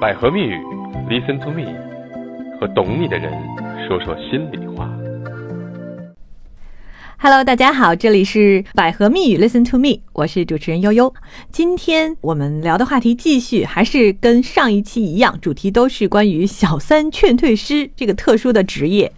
百合蜜语，Listen to me，和懂你的人说说心里话。 Hello，大家好，这里是百合蜜语，Listen to me，我是主持人悠悠。今天我们聊的话题继续，还是跟上一期一样，主题都是关于小三劝退师这个特殊的职业。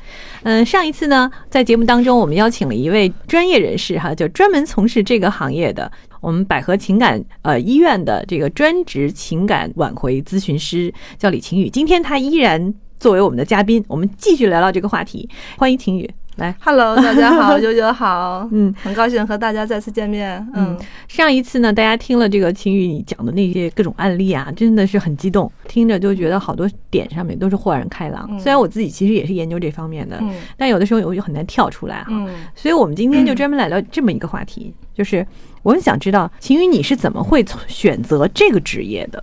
嗯，上一次呢，在节目当中，我们邀请了一位专业人士哈，就专门从事这个行业的，我们百合情感呃医院的这个专职情感挽回咨询师，叫李晴雨。今天他依然作为我们的嘉宾，我们继续聊聊这个话题。欢迎晴雨来。 Hello，大家好，悠悠好，嗯，很高兴和大家再次见面。嗯嗯，上一次呢，大家听了这个晴雨你讲的那些各种案例啊，真的是很激动，听着就觉得好多点上面都是豁然开朗。嗯虽然我自己其实也是研究这方面的，嗯但有的时候我就很难跳出来哈。啊嗯所以我们今天就专门来聊这么一个话题，就是我很想知道晴雨你是怎么会从选择这个职业的？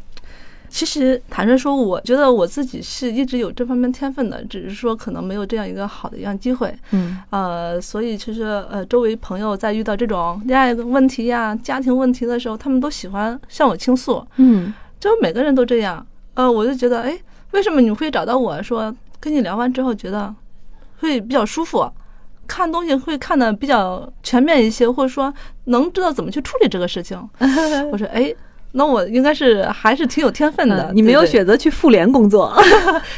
其实坦率说，我觉得我自己是一直有这方面天分的，只是说可能没有这样一个好的一样机会。嗯呃，所以其实呃，周围朋友在遇到这种恋爱问题呀、家庭问题的时候，他们都喜欢向我倾诉， 嗯就每个人都这样。呃，我就觉得，哎，为什么你会找到我说跟你聊完之后觉得会比较舒服，看东西会看的比较全面一些，或者说能知道怎么去处理这个事情。我说，哎，那我应该是还是挺有天分的。嗯你没有对对，选择去妇联工作啊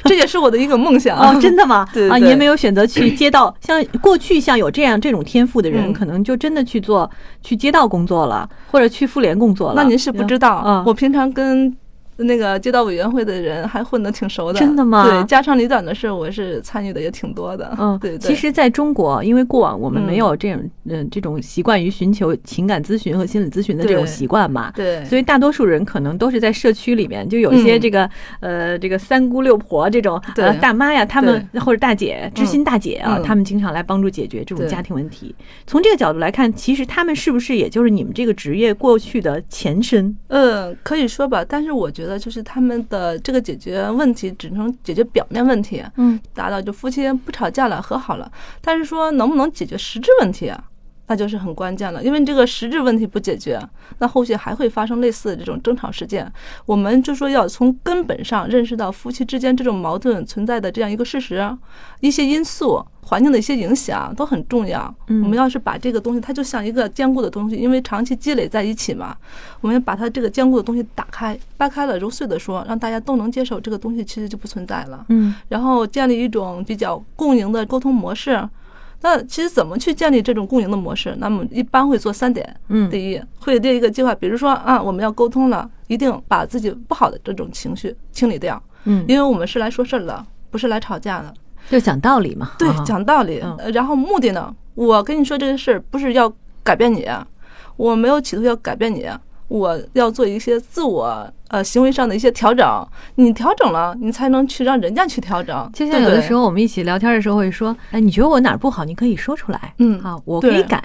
这也是我的一个 梦想。哦，真的吗？对对啊，对你也没有选择去街道，像过去像有这样这种天赋的人，嗯可能就真的去做去街道工作了，或者去妇联工作了。那您是不知道，嗯我平常跟那个街道委员会的人还混得挺熟的。真的吗对，家长里短的事我是参与的也挺多的。嗯，对对。其实在中国，因为过往我们嗯没有这种嗯、这种习惯于寻求情感咨询和心理咨询的这种对习惯嘛，对，所以大多数人可能都是在社区里面，就有一些嗯这个、呃这个三姑六婆这种呃对大妈呀，她们或者大姐、知心大姐啊，嗯她们经常来帮助解决这种对家庭问题。从这个角度来看，其实她们是不是也就是你们这个职业过去的前身？嗯，可以说吧，但是我觉得就是他们的这个解决问题只能解决表面问题，嗯，达到就夫妻不吵架了，和好了。但是说能不能解决实质问题啊，那就是很关键了，因为这个实质问题不解决，那后续还会发生类似的这种争吵事件。我们就说要从根本上认识到夫妻之间这种矛盾存在的这样一个事实，啊一些因素、环境的一些影响都很重要。嗯我们要是把这个东西，它就像一个坚固的东西，因为长期积累在一起嘛，我们要把它这个坚固的东西打开、掰开了揉碎的说，让大家都能接受，这个东西其实就不存在了。嗯然后建立一种比较共赢的沟通模式。那其实怎么去建立这种共赢的模式？那么一般会做三点，嗯第一会列一个计划，比如说啊，我们要沟通了，一定把自己不好的这种情绪清理掉，嗯，因为我们是来说事儿的，不是来吵架的。就讲道理嘛。对啊，讲道理嗯。呃然后目的呢？我跟你说这个事儿不是要改变你，我没有企图要改变你，我要做一些自我呃行为上的一些调整。你调整了，你才能去让人家去调整。就像有的时候，候我们一起聊天的时候会说，哎，你觉得我哪儿不好，你可以说出来，嗯啊，我可以对改，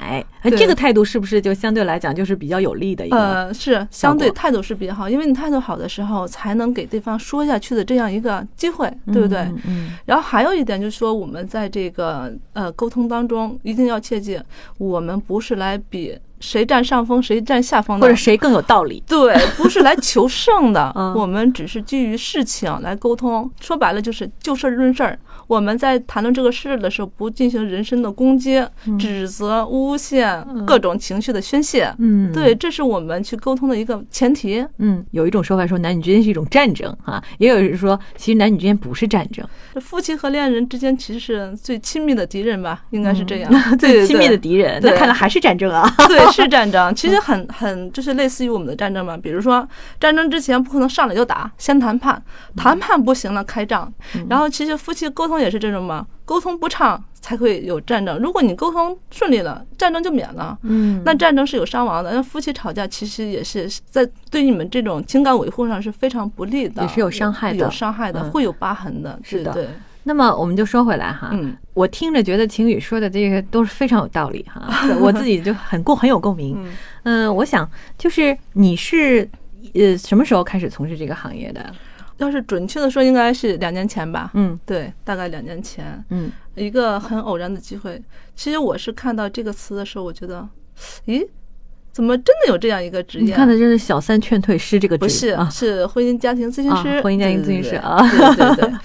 哎，对这个态度是不是就相对来讲就是比较有利的一个？呃，是相对效果态度是比较好，因为你态度好的时候，才能给对方说下去的这样一个机会，对不对？嗯嗯然后还有一点就是说，我们在这个呃沟通当中，一定要切记，我们不是来比谁占上风谁占下风嗯的，或者谁更有道理？对，不是来求胜的 嗯，我们只是基于事情来沟通。说白了就是就事论事儿。我们在谈论这个事儿的时候，不进行人身的攻击、嗯指责、诬陷、各种情绪的宣泄。嗯，对，这是我们去沟通的一个前提。嗯，有一种说法说男女之间是一种战争哈、也有人说其实男女之间不是战争，夫妻和恋人之间其实是最亲密的敌人吧，应该是这样。嗯 最 对亲密的对敌人，嗯对那看来还是战争 啊。对，是战争，其实很很就是类似于我们的战争嘛。比如说，战争之前不可能上来就打，先谈判，嗯谈判不行了开仗。然后其实夫妻沟通也是这种嘛，沟通不畅才会有战争。如果你沟通顺利了，战争就免了。嗯那战争是有伤亡的，那夫妻吵架其实也是在对你们这种情感维护上是非常不利的，也是有伤害的有伤害的，嗯会有疤痕的。是的啊对对，那么我们就说回来哈，嗯我听着觉得晴雨说的这个都是非常有道理 哈，我自己就很共很有共鸣。嗯。嗯、我想就是你是呃什么时候开始从事这个行业的？要是准确的说，应该是两年前吧。嗯对，大概两年前。嗯一个很偶然的机会。其实我是看到这个词的时候，我觉得，咦，怎么真的有这样一个职你业啊？看的就是小三劝退师这个职不是、啊，是婚姻家庭咨询师，啊婚姻家庭咨询师啊对对对对 对对。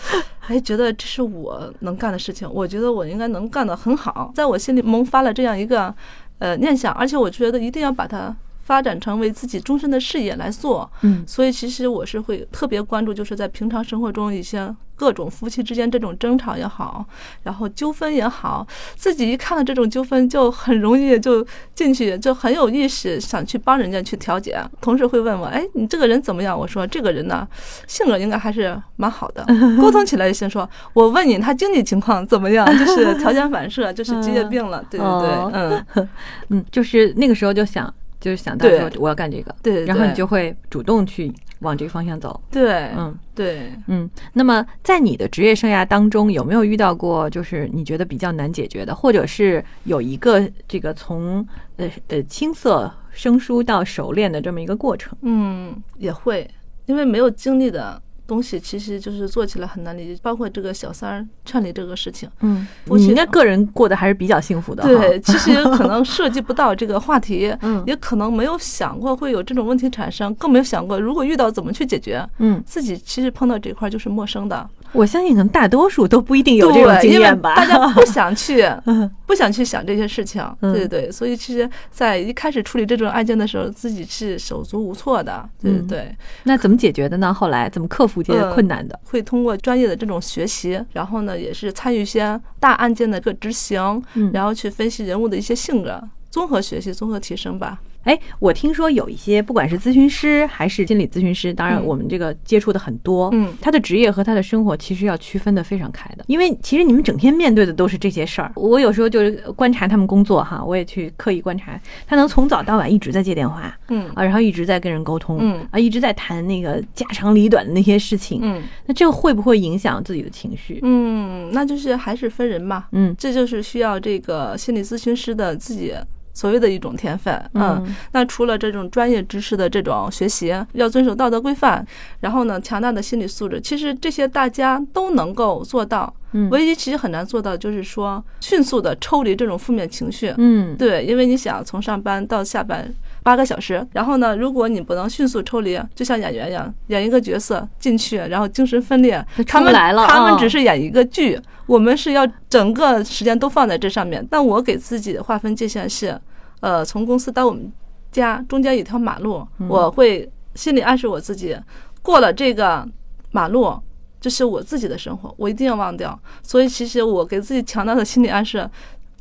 哎，觉得这是我能干的事情，我觉得我应该能干得很好，在我心里萌发了这样一个呃念想，而且我觉得一定要把它发展成为自己终身的事业来做。嗯所以其实我是会特别关注，就是在平常生活中一些各种夫妻之间这种争吵也好，然后纠纷也好，自己一看到这种纠纷就很容易就进去，就很有意识想去帮人家去调解。同事会问我，哎，你这个人怎么样？我说这个人呢，性格应该还是蛮好 的，沟通起来也行。说我问你他经济情况怎么样，就是 条件反射，就是职业病了，对对哦对，嗯。嗯，就是那个时候就想，就是想到对说我要干这个，对对然后你就会主动去往这个方向走，对，嗯对，嗯。那么在你的职业生涯当中，有没有遇到过就是你觉得比较难解决的，或者是有一个这个从呃呃青涩生疏到熟练的这么一个过程？嗯，也会，因为没有经历的东西，其实就是做起来很难理解，包括这个小三儿劝离这个事情。嗯，我你觉应该得个人过得还是比较幸福的哈，，对，其实可能涉及不到这个话题 嗯也可能没有想过会有这种问题产生，更没有想过如果遇到怎么去解决。嗯，自己其实碰到这块儿就是陌生的，我相信可能大多数都不一定有这种对经因为验吧， 大家不想去嗯，不想去想这些事情，嗯对对对。所以其实，在一开始处理这种案件的时候，自己是手足无措的，对对嗯对。那怎么解决的呢？后来怎么克服这些嗯困难的？会通过专业的这种学习，然后呢，也是参与一些大案件的这个执行，嗯然后去分析人物的一些性格，综合学习，综合提升吧。哎，我听说有一些不管是咨询师还是心理咨询师，当然嗯我们这个接触的很多，嗯他的职业和他的生活其实要区分的非常开的，因为其实你们整天面对的都是这些事儿。我有时候就是观察他们工作哈，我也去刻意观察，他能从早到晚一直在接电话嗯啊，然后一直在跟人沟通，嗯啊，一直在谈那个家长里短的那些事情，嗯那这个会不会影响自己的情绪？嗯，那就是还是分人嘛，嗯这就是需要这个心理咨询师的自己所谓的一种天分。嗯，嗯那除了这种专业知识的这种学习，要遵守道德规范，然后呢，强大的心理素质，其实这些大家都能够做到。嗯唯一其实很难做到就是说迅速的抽离这种负面情绪。嗯，对，因为你想从上班到下班八个小时，然后呢，如果你不能迅速抽离，就像演员一样演一个角色进去，然后精神分裂就，出他不们来了他啊们只是演一个剧，我们是要整个时间都放在这上面。但我给自己的划分界限是，呃，从公司到我们家中间有条马路，嗯我会心里暗示我自己，过了这个马路。这是我自己的生活，我一定要忘掉。所以，其实我给自己强大的心理暗示，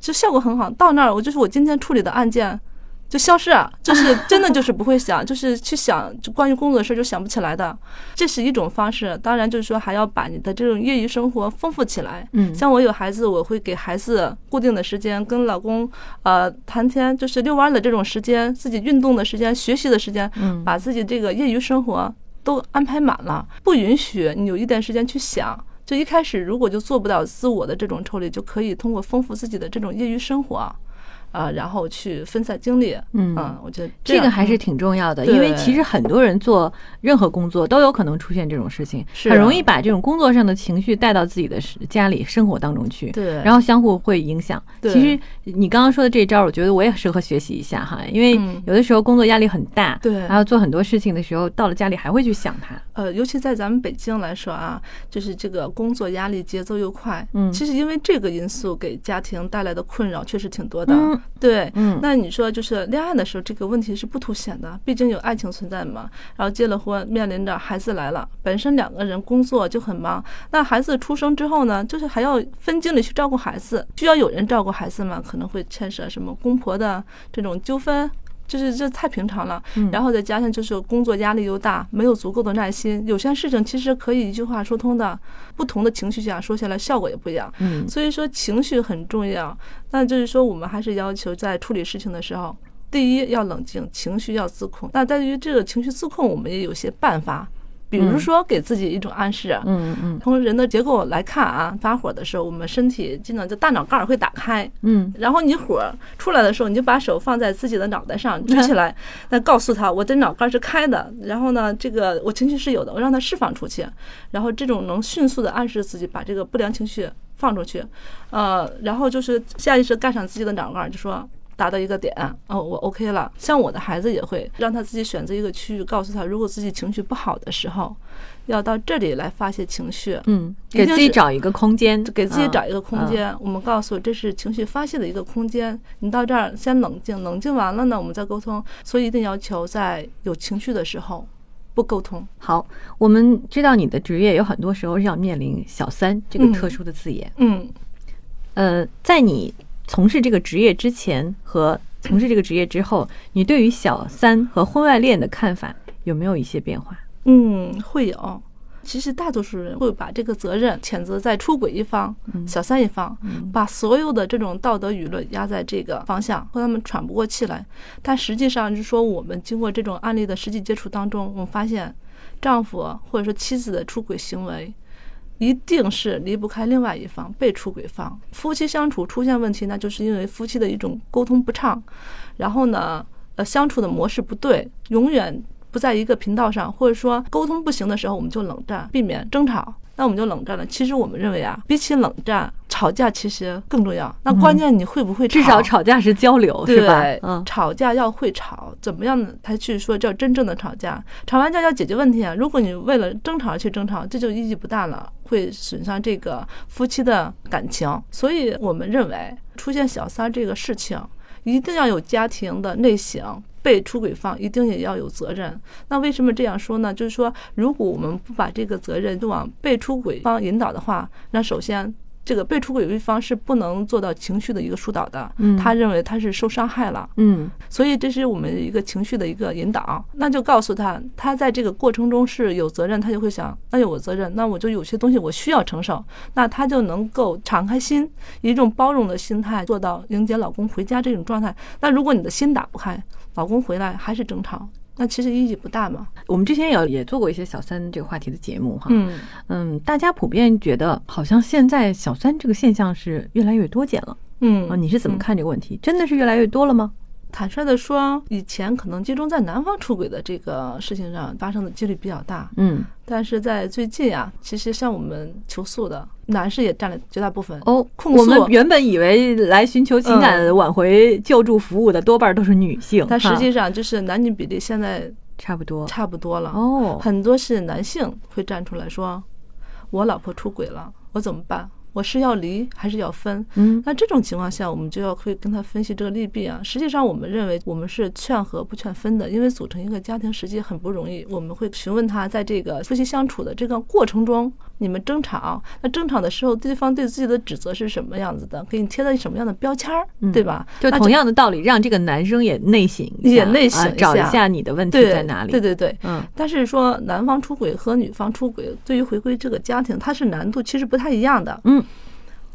就效果很好。到那儿，我就是我今天处理的案件就消失了，就是真的就是不会想， 就是去想就关于工作的事儿就想不起来的。这是一种方式，当然就是说还要把你的这种业余生活丰富起来。嗯像我有孩子，我会给孩子固定的时间跟老公呃谈天，就是遛弯儿的这种时间，自己运动的时间，学习的时间，嗯把自己这个业余生活都安排满了，不允许你有一点时间去想。就一开始如果就做不到自我的这种抽离，就可以通过丰富自己的这种业余生活，啊、然后去分散精力。嗯啊我觉得这样嗯个还是挺重要的，对因为其实很多人做任何工作都有可能出现这种事情，是啊很容易把这种工作上的情绪带到自己的是家里生活当中去，对然后相互会影响。对其实你刚刚说的这一招，我觉得我也适合学习一下哈，因为嗯有的时候工作压力很大，对然后做很多事情的时候，到了家里还会去想它，呃，尤其在咱们北京来说啊，就是这个工作压力节奏又快，嗯其实因为这个因素给家庭带来的困扰确实挺多的，嗯对，嗯那你说就是恋爱的时候这个问题是不凸显的，毕竟有爱情存在嘛，然后结了婚，面临着孩子来了，本身两个人工作就很忙，那孩子出生之后呢，就是还要分精力去照顾孩子，需要有人照顾孩子嘛，可能会牵涉什么公婆的这种纠纷。就是这太平常了，然后再加上就是工作压力又大，没有足够的耐心，有些事情其实可以一句话说通的，不同的情绪下说下来效果也不一样。嗯所以说情绪很重要。那就是说，我们还是要求在处理事情的时候，第一要冷静，情绪要自控。那在于这个情绪自控，我们也有些办法，比如说给自己一种暗示。嗯嗯从人的结构来看啊，发火的时候，我们身体经常就大脑盖儿会打开，嗯，然后你火出来的时候，你就把手放在自己的脑袋上举起来， 那告诉他我的脑盖是开的，然后呢，这个我情绪是有的，我让它释放出去，然后这种能迅速的暗示自己把这个不良情绪放出去，呃，然后就是下意识盖上自己的脑盖，就说达到一个点，哦，我 OK 了。像我的孩子也会让他自己选择一个区域，告诉他，如果自己情绪不好的时候，要到这里来发泄情绪，嗯，一定给是自己找一个空间，给自己嗯找一个空间。我们告诉这是情绪发泄的一个空间，你到这儿先冷静，冷静完了呢，我们再沟通。所以一定要求在有情绪的时候不沟通。好，我们知道你的职业有很多时候是要面临小三这个嗯特殊的字眼。嗯，呃，在你从事这个职业之前和从事这个职业之后，你对于小三和婚外恋的看法有没有一些变化？嗯，会有。其实大多数人会把这个责任谴责在出轨一方、嗯小三一方，把所有的这种道德舆论压在这个方向，让他们喘不过气来。但实际上，就是说我们经过这种案例的实际接触当中，我们发现，丈夫或者说妻子的出轨行为，一定是离不开另外一方被出轨方。夫妻相处出现问题，那就是因为夫妻的一种沟通不畅，然后呢，呃，相处的模式不对，永远不在一个频道上，或者说沟通不行的时候，我们就冷战，避免争吵。那我们就冷战了。其实我们认为啊，比起冷战，吵架其实更重要。那关键你会不会嗯至少吵架是交流，对是吧？嗯，吵架要会吵，怎么样才去说叫真正的吵架？吵完架要解决问题啊！如果你为了争吵而去争吵，这就意义不大了，会损伤这个夫妻的感情。所以我们认为，出现小三儿这个事情，一定要有家庭的内省。被出轨方一定也要有责任。那为什么这样说呢？就是说，如果我们不把这个责任就往被出轨方引导的话，那首先这个被出轨一方是不能做到情绪的一个疏导的，嗯他认为他是受伤害了，嗯所以这是我们一个情绪的一个引导。那就告诉他，他在这个过程中是有责任，他就会想，那有我责任，那我就有些东西我需要承受，那他就能够敞开心，以一种包容的心态做到迎接老公回家这种状态。那如果你的心打不开，老公回来还是争吵，那其实意义不大嘛。我们之前有也做过一些小三这个话题的节目哈。嗯嗯大家普遍觉得好像现在小三这个现象是越来越多见了嗯啊、你是怎么看这个问题？真的是越来越多了吗？坦率的说，以前可能集中在男方出轨的这个事情上发生的几率比较大，嗯，但是在最近啊，其实像我们求诉的男士也占了绝大部分。哦，控我诉嗯们原本以为来寻求情感挽回救助服务的多半都是女性，但实际哈上就是男女比例现在差不多。差不多了，哦，很多是男性会站出来说：“我老婆出轨了，我怎么办？我是要离还是要分？”嗯那这种情况下，我们就要会跟他分析这个利弊啊。实际上，我们认为我们是劝和不劝分的，因为组成一个家庭实际很不容易。我们会询问他，在这个夫妻相处的这个过程中，你们争吵，那争吵的时候，对方对自己的指责是什么样子的，给你贴了什么样的标签儿，对吧？嗯就那同样的道理，让这个男生也内省一下，也内省啊一找一下下你的问题对在哪里。对对对。嗯但是说男方出轨和女方出轨，对于回归这个家庭，它是难度其实不太一样的。嗯，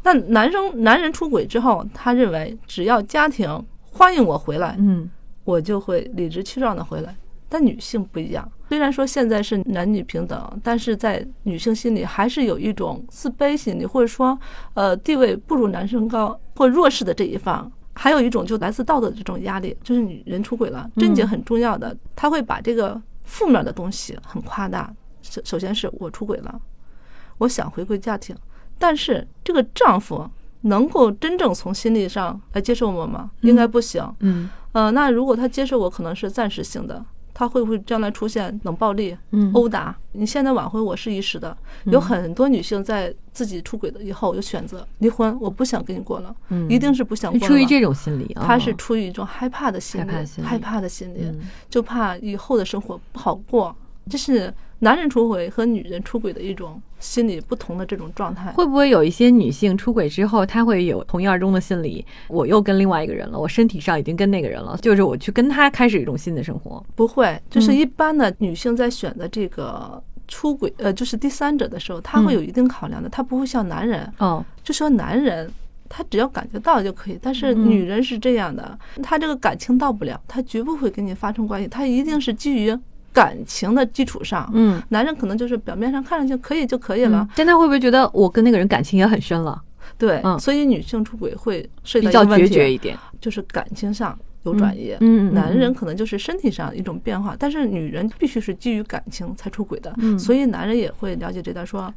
那男生男人出轨之后，他认为只要家庭欢迎我回来，嗯我就会理直气壮的回来。但女性不一样，虽然说现在是男女平等，但是在女性心里还是有一种自卑心理，或者说，呃，地位不如男生高或弱势的这一方，还有一种就来自道德的这种压力，就是女人出轨了，贞洁很重要的，他会把这个负面的东西很夸大。首首先是我出轨了，我想回归家庭，但是这个丈夫能够真正从心理上来接受我吗？应该不行。嗯呃，那如果他接受我，可能是暂时性的，他会不会将来出现冷暴力、嗯殴打？你现在挽回我是一时的，有很多女性在自己出轨了以后，有选择离婚，我不想跟你过了，嗯一定是不想是过了。出于这种心理啊，她是出于一种害怕的心害理，怕心理嗯的心理，就怕以后的生活不好过。这是男人出轨和女人出轨的一种心理不同的这种状态。会不会有一些女性出轨之后，她会有同样中的心理？我又跟另外一个人了，我身体上已经跟那个人了，就是我去跟他开始一种新的生活。不会，就是嗯一般的女性在选择这个出轨，呃，就是第三者的时候，她嗯会有一定考量的，她不会像男人，哦，就说男人。他只要感觉到就可以，但是嗯女人是这样的，她这个感情到不了，她绝不会跟你发生关系，她一定是基于感情的基础上。嗯，男人可能就是表面上看上去可以就可以了嗯，但他会不会觉得我跟那个人感情也很深了，对，嗯所以女性出轨会涉比及较到一个问决题绝一点？就是感情上有转移。嗯，嗯男人可能就是身体上一种变化，但是女人必须是基于感情才出轨的，嗯所以男人也会了解这段说，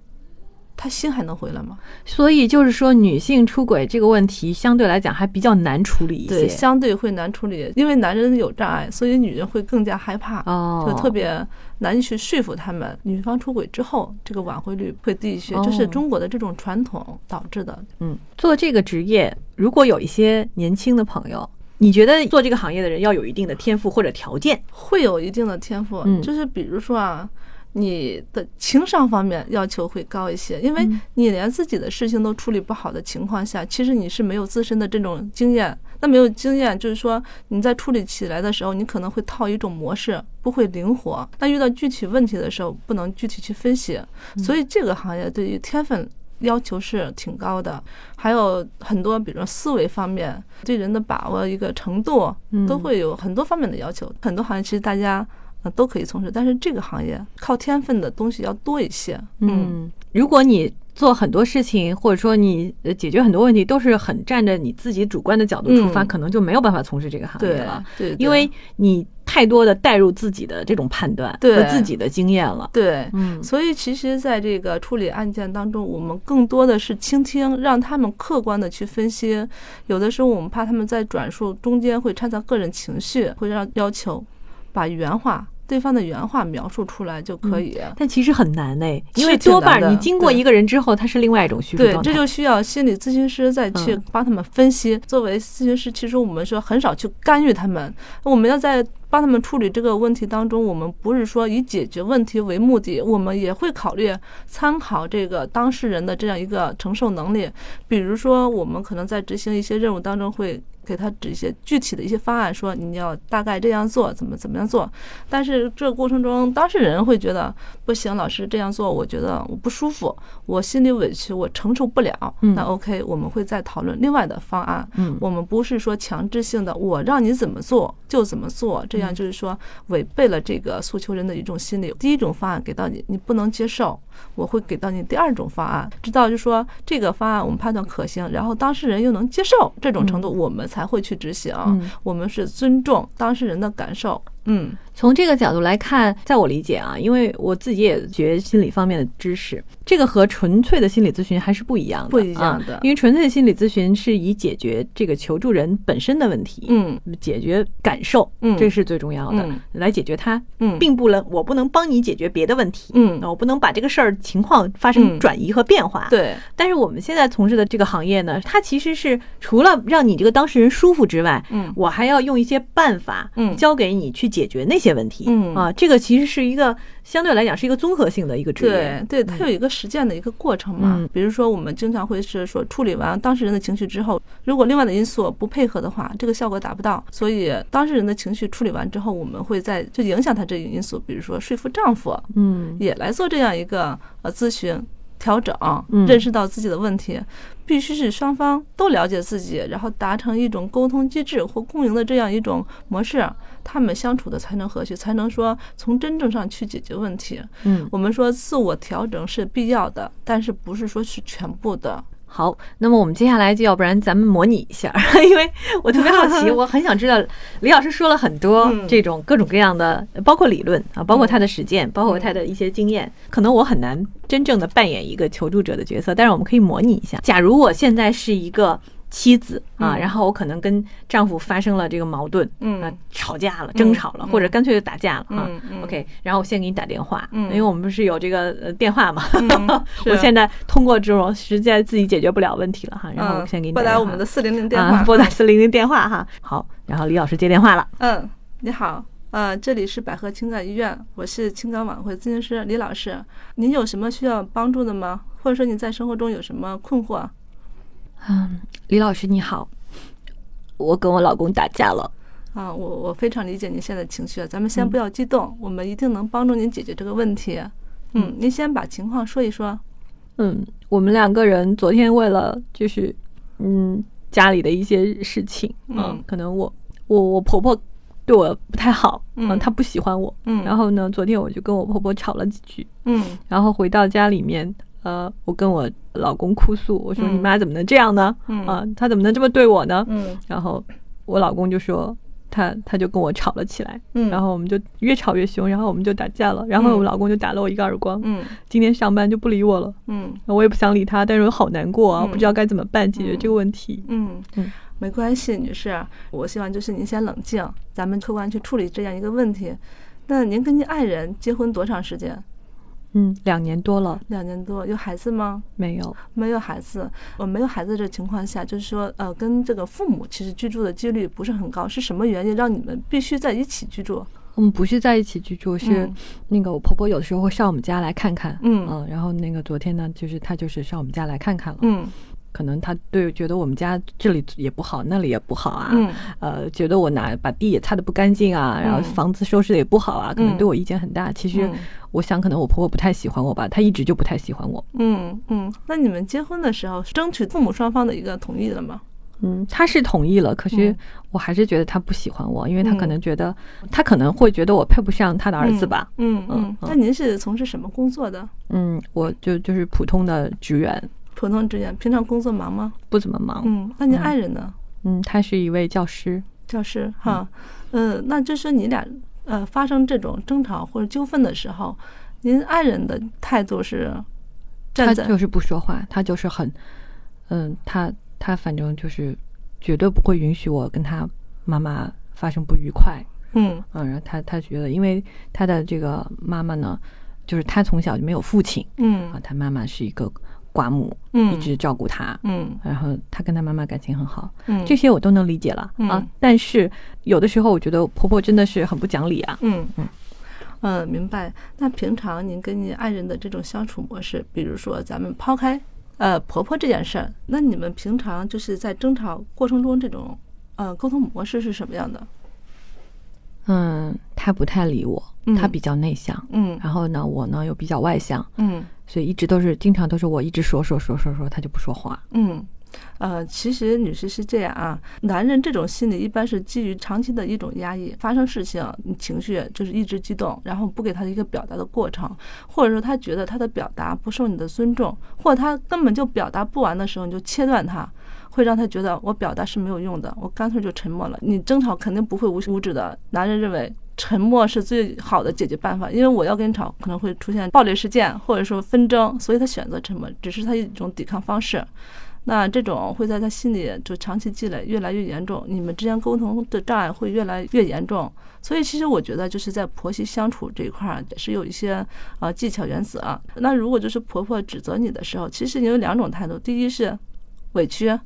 他心还能回来吗？所以就是说，女性出轨这个问题相对来讲还比较难处理一对，些。相对会难处理，因为男人有障碍，所以女人会更加害怕，哦，就特别难以去说服他们。女方出轨之后，这个挽回率会低一些，这哦是中国的这种传统导致的。嗯，做这个职业，如果有一些年轻的朋友，你觉得做这个行业的人要有一定的天赋或者条件？会有一定的天赋，嗯就是比如说啊，你的情商方面要求会高一些，因为嗯你连自己的事情都处理不好的情况下，其实你是没有自身的这种经验。那没有经验，就是说你在处理起来的时候，你可能会套一种模式，不会灵活。那遇到具体问题的时候，不能具体去分析，嗯所以这个行业对于天分。要求是挺高的，还有很多，比如说思维方面对人的把握一个程度，都嗯会有很多方面的要求。很多行业其实大家呃都可以从事，但是这个行业靠天分的东西要多一些。嗯，嗯，如果你做很多事情，或者说你呃解决很多问题，都是很站着你自己主观的角度出发，嗯可能就没有办法从事这个行业对了，对，对因为你太多的带入自己的这种判断对和自己的经验了。对。嗯所以，其实，在这个处理案件当中，我们更多的是倾听，让他们客观的去分析。有的时候，我们怕他们在转述中间会掺杂个人情绪，会让要求把原话、对方的原话描述出来就可以。但其实很难哎，是因为多半挺难的你经过一个人之后，他是另外一种叙述对状，态。这就需要心理咨询师再去嗯帮他们分析。作为咨询师，其实我们说很少去干预他们，我们要在帮他们处理这个问题当中，我们不是说以解决问题为目的，我们也会考虑参考这个当事人的这样一个承受能力。比如说，我们可能在执行一些任务当中会。给他指一些具体的一些方案，说你要大概这样做，怎么怎么样做。但是这个过程中，当事人会觉得不行，老师这样做，我觉得我不舒服，我心里委屈，我承受不了。嗯那 OK，我们会再讨论另外的方案。嗯我们不是说强制性的，我让你怎么做就怎么做，这样就是说违背了这个诉求人的一种心理。第一种方案给到你，你不能接受，我会给到你第二种方案，直到就说这个方案我们判断可行，然后当事人又能接受这种程度，我们才会去执行。嗯我们是尊重当事人的感受。嗯，从这个角度来看，在我理解啊，因为我自己也学心理方面的知识，这个和纯粹的心理咨询还是不一样的，不一样的啊因为纯粹的心理咨询是以解决这个求助人本身的问题，嗯解决感受，嗯这是最重要的，嗯来解决它，嗯并不能我不能帮你解决别的问题，嗯那我不能把这个事儿情况发生嗯转移和变化，。对但是我们现在从事的这个行业呢，它其实是除了让你这个当事人舒服之外，嗯我还要用一些办法，嗯教给你去解决那些问题，嗯啊，这个其实是一个相对来讲是一个综合性的一个职对业，对，它有一个实践的一个过程嘛。嗯比如说，我们经常会是说，处理完当事人的情绪之后，如果另外的因素不配合的话，这个效果达不到。所以，当事人的情绪处理完之后，我们会在就影响他这个因素，比如说说服丈夫嗯也来做这样一个呃咨询。调整嗯，认识到自己的问题，必须是双方都了解自己，然后达成一种沟通机制或共赢的这样一种模式，他们相处的才能和谐，才能说从真正上去解决问题。嗯。我们说自我调整是必要的，但是不是说是全部的。好，那么我们接下来就要不然咱们模拟一下， 因为我特别好 奇，我很想知道李老师说了很多嗯这种各种各样的，包括理论啊，包括他的实践，包括他的一些经验，可能我很难真正的扮演一个求助者的角色，但是我们可以模拟一下。假如我现在是一个妻子啊，嗯然后我可能跟丈夫发生了这个矛盾，嗯啊，吵架了，争吵了，嗯或者干脆就打架了啊。嗯嗯 OK，然后我先给你打电话，嗯因为我们不是有这个呃电话嘛，是啊我现在通过这种实在自己解决不了问题了哈，然后我嗯先给你拨电打话我们的四零零电话。啊，拨打四零零电话哈。好，然后李老师接电话了。嗯，你好，呃，这里是百合情感医院，我是情感挽回咨询师李老师。您有什么需要帮助的吗？或者说你在生活中有什么困惑？嗯，李老师你好，我跟我老公打架了。啊，我我非常理解您现在的情绪，咱们先不要激动，我们一定能帮助您解决这个问题。嗯，您先把情况说一说。嗯，我们两个人昨天为了就是嗯家里的一些事情，啊嗯可能我我我婆婆对我不太好，啊嗯她不喜欢我，嗯然后呢，昨天我就跟我婆婆吵了几句，嗯然后回到家里面，呃，我跟我老公哭诉，我说嗯你妈怎么能这样呢？嗯啊，她怎么能这么对我呢？嗯然后我老公就说，他他就跟我吵了起来，嗯，然后我们就越吵越凶，然后我们就打架了，然后嗯我老公就打了我一个耳光。嗯今天上班就不理我了，嗯我也不想理他，但是我好难过啊，嗯我不知道该怎么办解决这个问题。嗯嗯没关系，女士，我希望就是您先冷静，咱们客观去处理这样一个问题。那您跟您爱人结婚多长时间？嗯，两年多了两年多，有孩子吗？没有，没有孩子，我没有孩子的情况下，就是说，呃，跟这个父母其实居住的几率不是很高，是什么原因让你们必须在一起居住？我们不是在一起居住，是嗯那个我婆婆有的时候会上我们家来看看。啊嗯然后那个昨天呢，就是她就是上我们家来看看了，嗯可能她对觉得我们家这里也不好，那里也不好啊，嗯呃，觉得我拿把地也擦的不干净啊，然后嗯房子收拾的也不好啊，可能嗯对我意见很大。其实嗯我想，可能我婆婆不太喜欢我吧，她一直就不太喜欢我。嗯嗯。那你们结婚的时候，争取父母双方的一个同意了吗？嗯，她是同意了，可是嗯我还是觉得她不喜欢我，因为她可嗯能觉得，她可能会觉得我配不上她的儿子吧。嗯嗯嗯。那您是从事什么工作的？嗯，我就就是普通的职员，普通职员，平常工作忙吗？不怎么忙。嗯。那您嗯爱人呢？嗯，他是一位教师。教师哈，嗯，那就是你俩呃发生这种争吵或者纠纷的时候，您爱人的态度是他站在就是不说话，他就是很，嗯，他他反正就是绝对不会允许我跟他妈妈发生不愉快。嗯嗯，然后他他觉得，因为他的这个妈妈呢，就是他从小就没有父亲啊，嗯他妈妈是一个寡母，一嗯直照顾他。嗯然后他跟他妈妈感情很好，嗯这些我都能理解了、啊嗯。但是有的时候，我觉得婆婆真的是很不讲理啊。嗯嗯嗯明白。那平常您跟您爱人的这种相处模式，比如说咱们抛开呃婆婆这件事儿，那你们平常就是在争吵过程中这种呃沟通模式是什么样的？嗯，她不太理我，嗯她比较内向。嗯然后呢，我呢又比较外向，嗯。所以一直都是经常都是我一直说说说说说，她就不说话。嗯，呃，其实女士是这样啊，男人这种心理一般是基于长期的一种压抑，发生事情你情绪就是一直激动，然后不给他一个表达的过程，或者说他觉得他的表达不受你的尊重，或者他根本就表达不完的时候，你就切断他。会让他觉得我表达是没有用的，我干脆就沉默了。你争吵肯定不会无休无止的。男人认为沉默是最好的解决办法，因为我要跟你吵，可能会出现暴力事件或者说纷争，所以他选择沉默，只是他一种抵抗方式。那这种会在他心里就长期积累，越来越严重，你们之间沟通的障碍会越来越严重。所以其实我觉得就是在婆媳相处这一块儿也是有一些呃技巧原则、啊。那如果就是婆婆指责你的时候，其实你有两种态度，第一是委屈，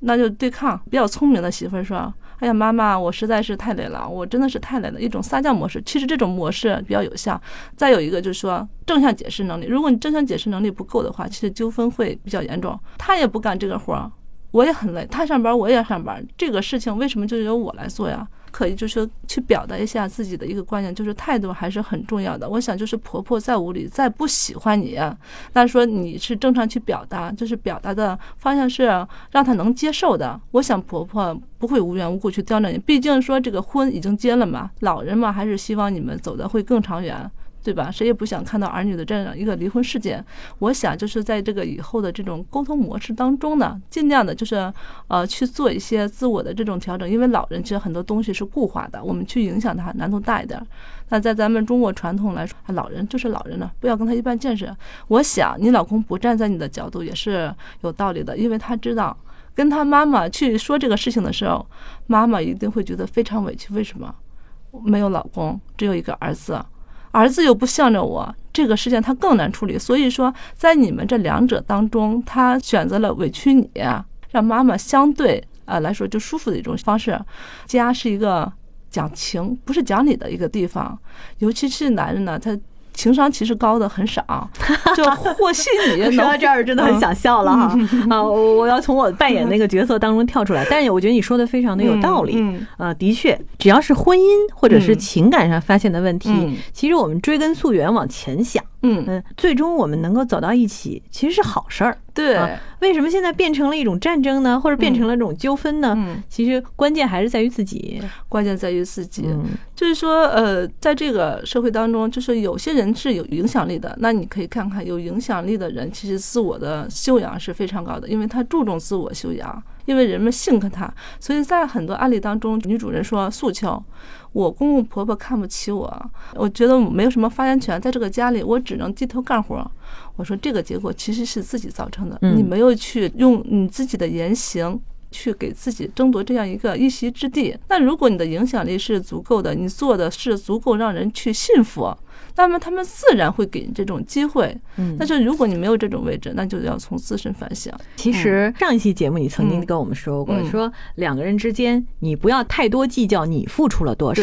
那就对抗。比较聪明的媳妇儿说。哎呀，妈妈，我实在是太累了，我真的是太累了。一种撒娇模式，其实这种模式比较有效。再有一个就是说正向解释能力，如果你正向解释能力不够的话，其实纠纷会比较严重。他也不干这个活儿，我也很累，他上班我也上班，这个事情为什么就由我来做呀？可以就是说去表达一下自己的一个观点，就是态度还是很重要的。我想就是婆婆再无理，再不喜欢你，啊那说你是正常去表达，就是表达的方向是让她能接受的。我想婆婆不会无缘无故去刁难你，毕竟说这个婚已经结了嘛，老人嘛还是希望你们走的会更长远。对吧？谁也不想看到儿女的这样一个离婚事件。我想就是在这个以后的这种沟通模式当中呢，尽量的就是呃去做一些自我的这种调整，因为老人其实很多东西是固化的，我们去影响他难度大一点儿。那在咱们中国传统来说，啊老人就是老人了，不要跟他一般见识。我想你老公不站在你的角度也是有道理的，因为他知道。跟他妈妈去说这个事情的时候，妈妈一定会觉得非常委屈。为什么？没有老公，只有一个儿子，儿子又不向着我，这个事件他更难处理。所以说，在你们这两者当中，他选择了委屈你，让妈妈相对呃来说就舒服的一种方式。家是一个讲情，不是讲理的一个地方，尤其是男人呢，他。情商其实高的很少，就或许你 说到能这儿，真的很想笑了哈！嗯 啊，我我要从我扮演那个角色当中跳出来，但是我觉得你说的非常的有道理。嗯嗯呃，的确，只要是婚姻或者是情感上发现的问题，嗯其实我们追根溯源往前想，嗯嗯，最终我们能够走到一起，其实是好事儿。对，啊为什么现在变成了一种战争呢？或者变成了这种纠纷呢？嗯，其实关键还是在于自己。关键在于自己。嗯就是说，呃，在这个社会当中，就是有些人是有影响力的，那你可以看看有影响力的人，其实自我的修养是非常高的，因为他注重自我修养。因为人们信任他，所以在很多案例当中，女主人说诉求，我公公婆婆看不起我，我觉得我没有什么发言权，在这个家里我只能低头干活。我说这个结果其实是自己造成的，嗯你没有去用你自己的言行。去给自己争夺这样一个一席之地。那如果你的影响力是足够的，你做的是足够让人去信服，那么他们自然会给你这种机会。嗯但是如果你没有这种位置，那就要从自身反省。其实上一期节目你曾经嗯跟我们说过，嗯说两个人之间你不要太多计较你付出了多少，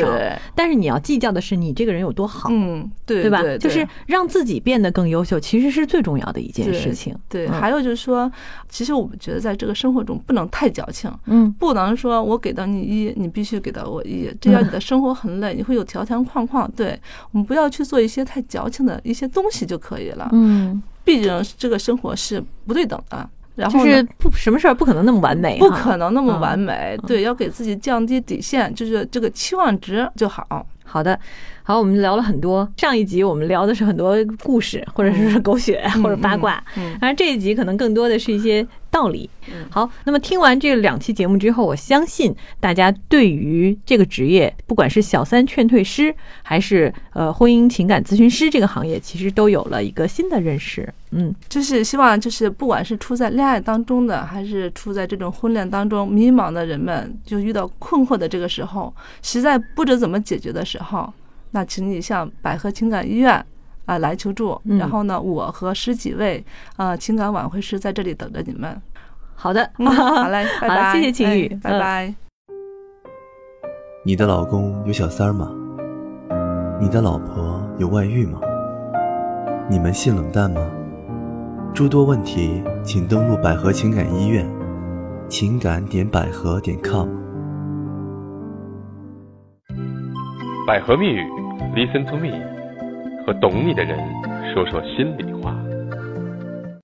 但是你要计较的是你这个人有多好，嗯，对对吧？对就是让自己变得更优秀，其实是最重要的一件对事情。对。嗯还有就是说，其实我们觉得在这个生活中不能太矫情，嗯不能说我给到你一，你必须给到我一，这样你的生活很累，你会有条条框框。对我们不要去做一些太矫情的一些东西就可以了，嗯，毕竟这个生活是不对等的。然后就呢是不什么事儿不可能那么完美、啊，不可。能那么嗯完美，对，要给自己降低底线，就是这个期望值就好。好的，好，我们聊了很多。上一集我们聊的是很多故事，或者是狗血， 或者八卦。嗯，当然这一集可能更多的是一些道理嗯。好，那么听完这两期节目之后，我相信大家对于这个职业，不管是小三劝退师，还是呃婚姻情感咨询师这个行业，其实都有了一个新的认识。嗯，就是希望，就是不管是处在恋爱当中的，还是处在这种婚恋当中迷茫的人们，就遇到困惑的这个时候，实在不知怎么解决的时候，那请你向百合情感医院啊来求助。嗯然后呢，我和十几位啊情感挽回师在这里等着你们。好的， 嗯，好嘞，拜拜，谢谢晴雨哎拜嗯拜。你的老公有小三儿吗？你的老婆有外遇吗？你们性冷淡吗？诸多问题，请登录百合情感医院，情感点百合点 com。百合蜜语，Listen to me，和懂你的人说说心里话。